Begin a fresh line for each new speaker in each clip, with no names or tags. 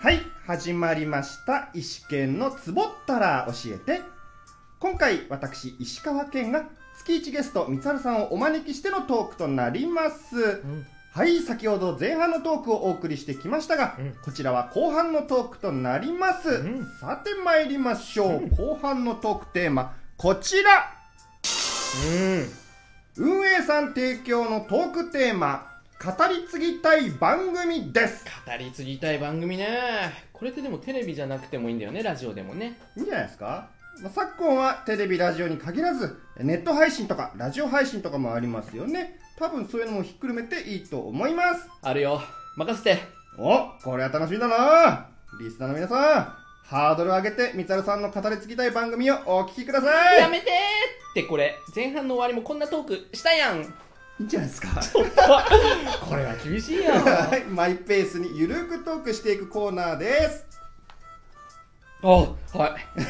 はい、始まりました。石健のつぼったら教えて。今回、私、石川県が月1ゲスト、三春さんをお招きしてのトークとなります。
うん
はい、先ほど前半のトークをお送りしてきましたが、
うん
こちらは後半のトークとなります。
うん
さて参りましょう。
うん
後半のトークテーマ、こちら。
うん
運営さん提供のトークテーマ語り継ぎたい番組です
語り継ぎたい番組ねこれってでもテレビじゃなくてもいいんだよねラジオでもね
いいんじゃないですか、まあ昨今はテレビラジオに限らずネット配信とかラジオ配信とかもありますよね多分そういうのもひっくるめていいと思います
あるよ任せて
おこれは楽しみだなリスナーの皆さんハードルを上げてみつるさんの語り継ぎたい番組をお聞きください
やめてーってこれ前半の終わりもこんなトークしたや ん
いいんじゃないですか
これは厳しいやんあ
はいマイペースにゆるくトークしていくコーナーです
はい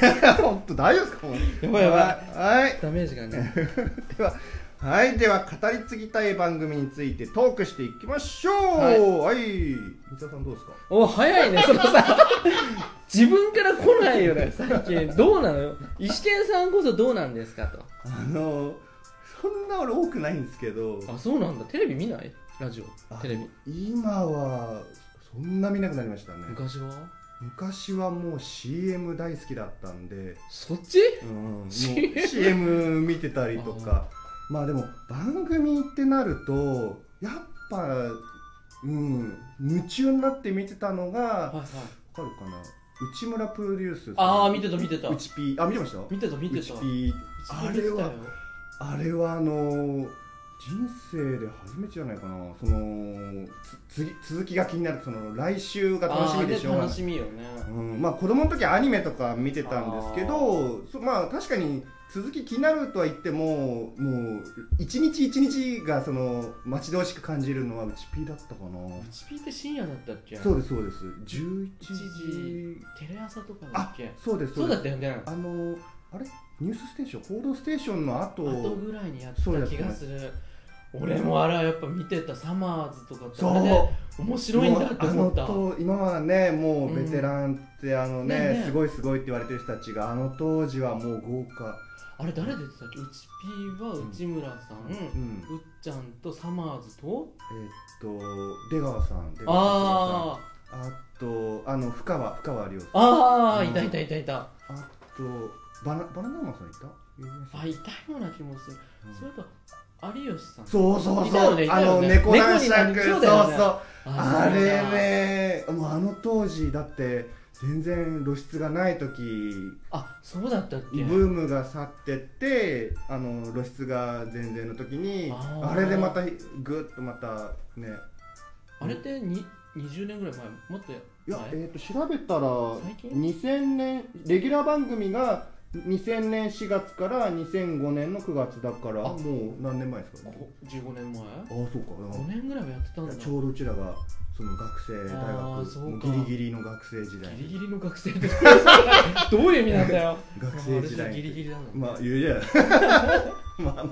本当大丈夫ですか
やばいや
ばいはい
ダメージがね
では、はい、では語り継ぎたい番組についてトークしていきましょう。はい、三沢さんどうですか。
お早いねそのさ自分から来ないよね最近どうなのよ石健さんこそどうなんですかと
あの、そんな俺多くないんですけど。
あそうなんだテレビ見ないラジオ
あ
テレビ
今は、そんな見なくなりましたね。
昔は
昔はもう CM 大好きだったんで、
そっち
うん、もう
CM
CM 見てたりとか。まあでも、番組ってなると、やっぱ、うん、夢中になって見てたのが、
はいはい
わかるかな内村プロデュース
あー見てた見てた
うちピーあ見てました
見てた見て
う
た
ちピーあれはあれはあのー人生で初めてじゃないかなそのつ次続きが気になるその来週が楽しみでしょう
あー
がない
楽しみよね
うん、まあ子供の時はアニメとか見てたんですけどそまあ確かに続き気になるとは言ってももう一日一日がその待ち遠しく感じるのはうちピーだったかな
うちピーって深夜だったっけ
そうですそうです11時
テレ朝とかだ
あ
っけ
そうです
そう
です
だったよね
あのあれニュースステーション報道ステーションの後
後ぐらいにやって
そうだ
た
った
気
ね
がする俺もあれはやっぱ見てたサマーズとかって
そう
あれで面白いんだって思った
もうあのと今はねもうベテランって、あのね
ねえねえ
すごいすごいって言われてる人たちがあの当時はもう豪華、
あれ誰出てたっけうちピーは内村さん、
うん
うっちゃんとサマーズと
えっと出川さん出川
あー
さんあとあの深川深川亮さん
あ
う
ー
ん
いたいたいたいた
あとバナバナナマンさんいた有名人
あいたような気もする、
うん
それと有吉さん
そうそう
いた
そ
よ
う、
ねいた
あの
よね
猫男爵
猫になるそうだ
そ
よ
う
ね
そうあ
そう
れ
だ
ねもうあの当時だって全然露出がない時
あそうだったっ
ブ
け
ームが去ってってあの露出が全然の時に
あ
あ
ー
れでまたグッとまたね
あれってに20年ぐらい前もっと
いや、
前
えー、と調べたら
最近
2000年レギュラー番組が2000年4月から2005年の9月だから
あ
もう何年前ですかね
こ15年前
ああそうか
5年ぐらいはやってたん
い
だ
やちょうどうちらがその学生大
あー
学
そうか
ギリギリの学生時代
ギリギリの学生って どういう意味なんだよ
学生時
あ私
代
ギリギリだな、
まあ言うじ ゃないまあまあまあまあ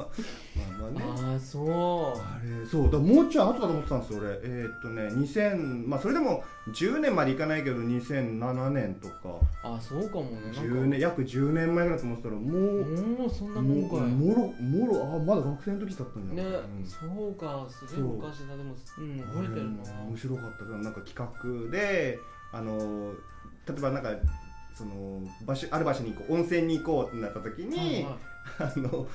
ね
ああそう
あれそうだからもうちょい後だと思ってたんですよ俺えーっとね2000まあそれでも10年までいかないけど2007年とか
あそうかもねなんか
10年約10年前ぐらいだと思ってたらもう
もうそんなもん
も
か
う
い
もろもろあまだ学生の時だったんじ
ね
ゃない、うん
そうかすげえ昔だでもうん覚えてるな
あれ面白かったなんか企画であの例えばなんかその場所ある場所に行こう温泉に行こうってなった時に、
はいはい
あの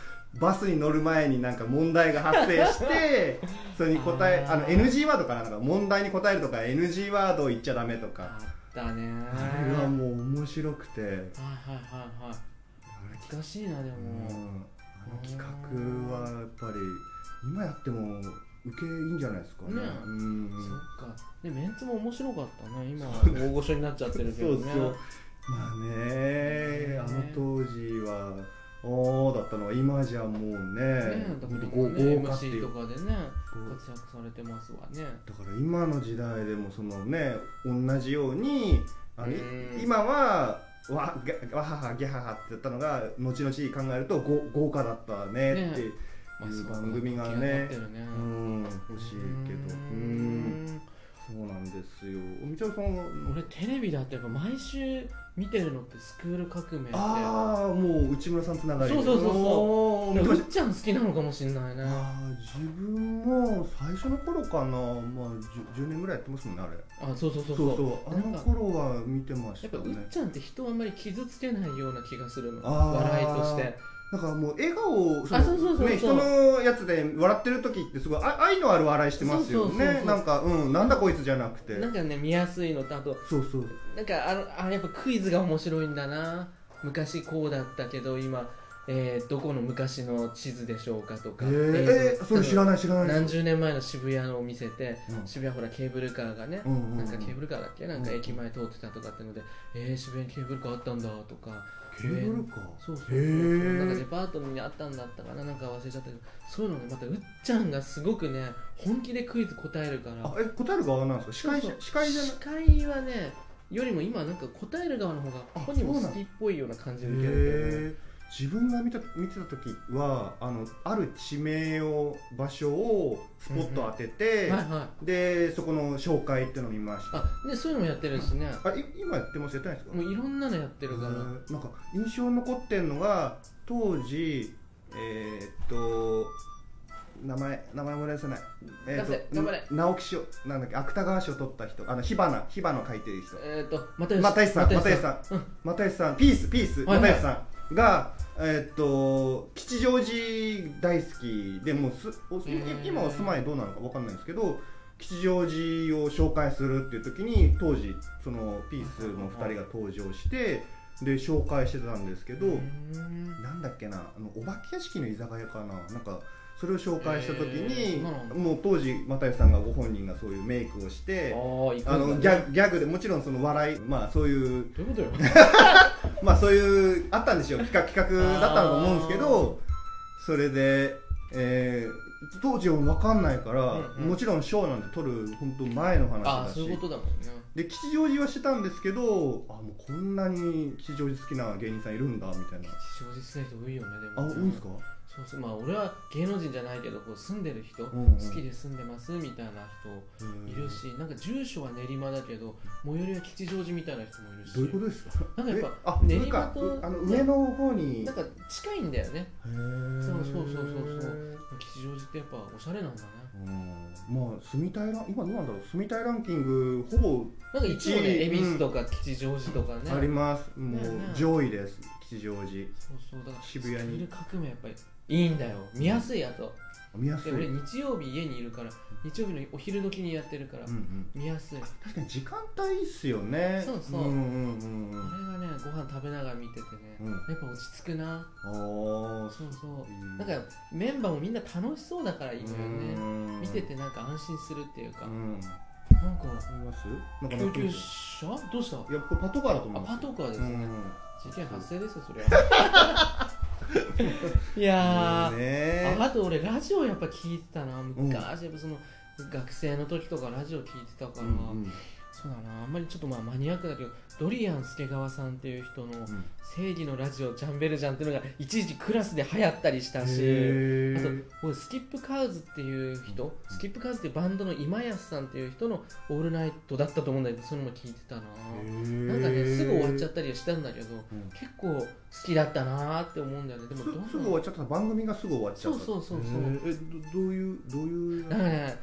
バスに乗る前になんか問題が発生して それに答えあ
あー
の NG ワードからなんか問題に答えるとか NG ワードを言っちゃダメと
あ
か
ったねー
あれはもう面白くて
はいはいはいはい
あれ
懐かしいなで
うん
も
あの企画はやっぱり今やっても受けいいんじゃないですかね
ね
うん
そっかでメンツも面白かったね今は大御所になっちゃってるけ
そ
ど
う
ね
そうまあね
ね
あの当時はおーだったのは今じゃもうね
ねだか
ほ
ら
んと
今ね
豪華ってい
MC
う
とかで
豪
ね活躍されてますわね
だから今の時代でもそのね同じようにあのい
うん
今はわギャわははギャハハって言ったのが後々考えるとご豪華だったねって、
ねまあ
いう
そうか
番組がね
出来上がってるね
うん欲しいけど
う
うんんそうなんですよ三内尾さんは
俺テレビだってやっぱ毎週見てるのってスクール革命で
ああもう内村さんつながりで
そうそうそうそう
おー見てま
う
し
ったちゃん好きなのかもしんないねあ
あー自分も最初の頃かな、まあ、10, 10年ぐらいやってますもんねあれ
そうそうそ
そうう
そ
そううあ
なん
の
か
頃は見てま
や
し
っぱ
た
う
ね
っちゃんって人をあんまり傷つけないような気がするの
あー
笑いとして
なんかもう笑顔
あそうそうそうそう
ね、人のやつで笑ってる時ってすごいあ愛のある笑いしてますよね
そうそうそうそう
なんかうんなんだこいつじゃなくて
なんかね見やすいのとあと
そうそう
なんかあのあやっぱクイズが面白いんだな昔こうだったけど今、えーどこの昔の地図でしょうかと
え
か、
ー、えーそれ知らない知らない
何十年前の渋谷のお店で、
うん
渋谷ほらケーブルカーがね、
うんうん
なんかケーブルカーだっけなんか駅前通ってたとかっていうので、えー、渋谷にケーブルカーあったんだとか
ケーブルか
そうそうそう
へー
なんかデパートにあったんだったかななんか忘れちゃったけどそういうのねまたうっちゃんがすごくね本気でクイズ答えるから
あえ答える側なんですか司会者
そうそう
司会じゃない
司会はねよりも今なんか答える側の方が
あ
本人も
そう
好
なん
きっぽいような感じで受けるんだよね
へー自分が見た見てた時はあのある地名を場所をスポット当てて、
はいはい
でそこの紹介っていうのを見ました
あでそういうのもやってるしね
あい今やってますやってないですか
もういろんなのやって
へ
るから
ーなんか印象に残ってんのが当時えー、っと名前名前もらえせない、えーっと
出せ頑張れ
な直木賞なんだっけ芥川賞取った人あの火花火花書いてる人
えっ、ー、と又吉
又吉さん
又吉
又吉さん又吉さんピースピース
はいは
又
い
吉さんが、えーっと吉祥寺大好きでもうすお
へー
今お住まいどうなのかわかんないんですけど吉祥寺を紹介するっていう時に当時そのピースの2人が登場してで紹介してたんですけど、
うんうん
なんだっけなあのお化け屋敷の居酒屋かななんかそれを紹介した時
へ
に、
ーそうなんだ
もう当時又吉さんがご本人がそういうメイクをして。
ああいくんだ
あのギャギャグでもちろんその笑い、まあ、そういう、
どういうことよ
まあ、そういうあったんですよ企画企画だったと思うんですけどそれで、えー当時は分かんないから、
うんうん
もちろんショーなんて撮る本当前の話
あ
だ
あ
し
そういうことだもんね
で吉祥寺はしてたんですけどあもうこんなに吉祥寺好きな芸人さんいるんだみたいな
正直しない人多いよねで
あ
も
多いんですか
そうそうまあ俺は芸能人じゃないけどこう住んでる人、
んうん
好きで住んでますみたいな人いるし、なんか住所は練馬だけど最寄りは吉祥寺みたいな人もいるし
どういうことですか
なんかやっぱ
えあ
練
それ
馬
か
と
うあの上の方に
なんか近いんだよね
へー
そうそうそうそうそ吉祥寺ってやっぱおしゃれなんだね
うんまあ住みたいラン今どうなんだろう住みたいランキングほぼ
なんかいつもね
一位
恵比寿とか吉祥寺とかね、
あります、も
ねえねえ
う上位です吉祥寺
そうそうだから
渋谷に
スクール革命やっぱりいいんだよ見やすいやと、
見やす
で
い、
俺
うん
日曜日家にいるから日曜日のお昼時にやってるから、
うん、
見やすい
確かに時間帯いいっすよね
そうそう
うんうんうんう
あ
ん
れがねご飯食べながら見ててね、
うん
やっぱ落ち着くな
ああ
そうそう
うん
なんかメンバーもみんな楽しそうだからいいのよね
ね
見ててなんか安心するっていうか、
うん
なんか
見ますなんか
救
い
急車どうした
やこれパトカーだと思
あ
う
パトカーですね、事件発生ですよそれは
あ
いや
あね
ー、
え
ああと俺ラジオやっぱ聞いてたな
うん
昔やっぱその学生の時とかラジオ聞いてたから、
うんうん
そうだなあんまりちょっとまあマニアックだけどドリアン助川さんっていう人の
うん
「正義のラジオジャンベルジャン」っていうのが一時クラスで流行ったりしたし
へ
あと
ー
僕スキップカーズっていう人スキップカーズっていうバンドの今安さんっていう人の「オールナイト」だったと思うんだけどそういうのも聞いてたななんかねすぐ終わっちゃったりはしたんだけど
うん
結構好きだったなーって思うんだよねでもどんな
すすぐ終わっちゃった番組がすぐ終わっちゃった
そうそうそうそう
へーえどどういうどういう
だからね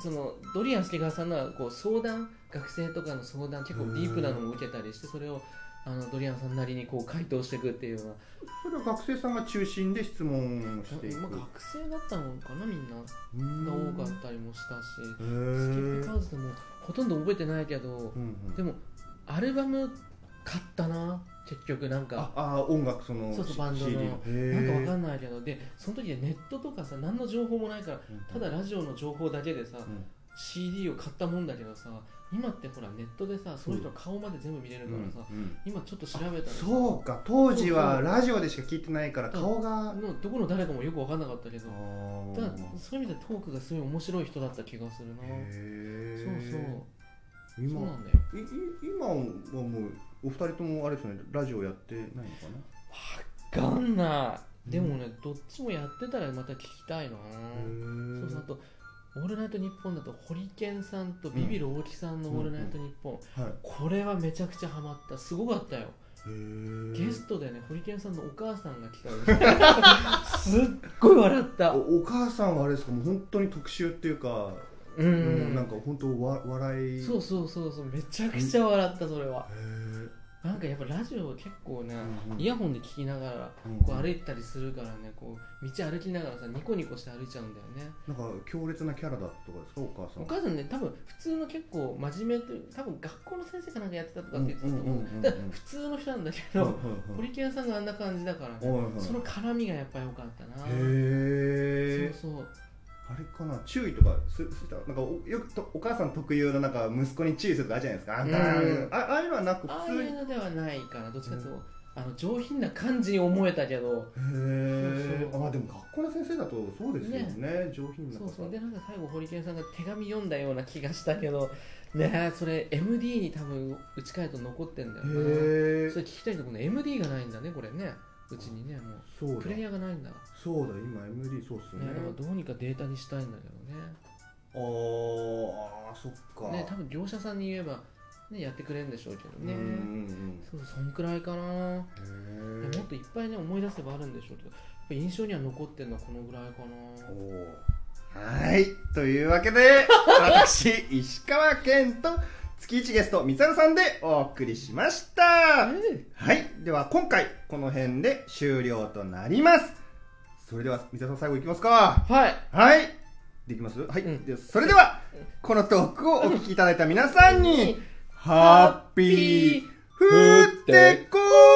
そのドリアン助川さんのはこう相談学生とかの相談結構ディープなのも受けたりしてそれをあのドリアンさんなりにこう回答していくっていうのは、
それは学生さんが中心で質問をしていく
まあ、学生だったのかなみんなが
うん
多かったりもしたし
へえ
スキップカーズでもほとんど覚えてないけど
うんうん
でもアルバム買ったな結局なんか
ああ音楽その
そうそう
C-
バンドの
CD
なんかわ
へ
かんないけどでその時でネットとかさ何の情報もないから
え
ただラジオの情報だけでさ、
うん
CD を買ったもんだけどさ今ってほらネットでさその人の顔まで全部見れるからさ、
うんうん
今ちょっと調べたらさ
そうか当時
そ
は
うそ
ラジオでしか聞いてないから
うん
顔が
のどこの誰かもよく分かんなかったけど
あー
ただそういう意味でトークがすごい面白い人だった気がするな、
へ
そう
ー
そう
今
そうなんだよ
いい今はもうお二人ともあれですよねラジオやってないのか
ガンナ
うん
でもね、どっちもやってたらまた聞きたいな、
なへー
そうそうあと「オールナイトニッポン」だとホリケンさんとビビる大木さんの「オールナイトニッポン」
はい
これはめちゃくちゃハマったすごかったよゲ
へ
ストでねホリケンさんのお母さんが来たのすっごい笑った
おお母さんはあれですかもう本当に特集っていうか、
う
うんなんか本当わ笑い
そうそうそうそうめちゃくちゃ笑ったそれは
へー
なんかやっぱラジオ結構ね
うんうん
イヤホンで聞きながら
うん
こう歩いたりするからねこう道歩きながらさニコニコして歩いちゃうんだよね
なんか強烈なキャラだとかですかお母さん
お母さんね多分普通の結構真面目という多分学校の先生かなんかやってたとかって言ってたと思
うんうんうんうんう
うんだから普通の人なんだけ
はい
どホリケンさんがあんな感じだから
はい
ね
はいはい
その絡みがやっぱ良かったなそ
へ
う
え
そう
あれかな注意とかすしたなんかおよくとお母さん特有のなんか息子に注意するとかあるじゃないですかあんた
うん
あああいうのはなく
あ
普
あい
通に
うのではないかなどっちかというと、あの上品な感じに思えたけど
へえ
そうそう
あでも学校の先生だとそうですよね上品な
そ
方
うそうでなんか最後ホリケンさんが手紙読んだような気がしたけどねえそれ MD に多分打ち替えると残ってんだよね
へえ
それ聞きたいんだけど MD がないんだねこれねうちにねもう
そう
プレイ
だ
ヤーがないんだ、ね、
そうだ今 MD そうっすよね
だからどうにかデータにしたいんだけどね
あーそっか
ね多分業者さんに言えば、ね、やってくれるんでしょうけど
うんう
ね
ん
そうそんくらいか
う
な
んへ
も
え
っといっぱいね思い出せばあるんでしょうけどやっぱ印象には残ってるのはこのぐらいかな
おーはいというわけ で私石川健と月一ゲストみさるさんでお送りしました、はいでは今回この辺で終了となりますそれではみさるさん最後いきますか
はい
はいできますはい、
うん
でそれではこのトークをお聞きいただいた皆さんにハッピーふってこー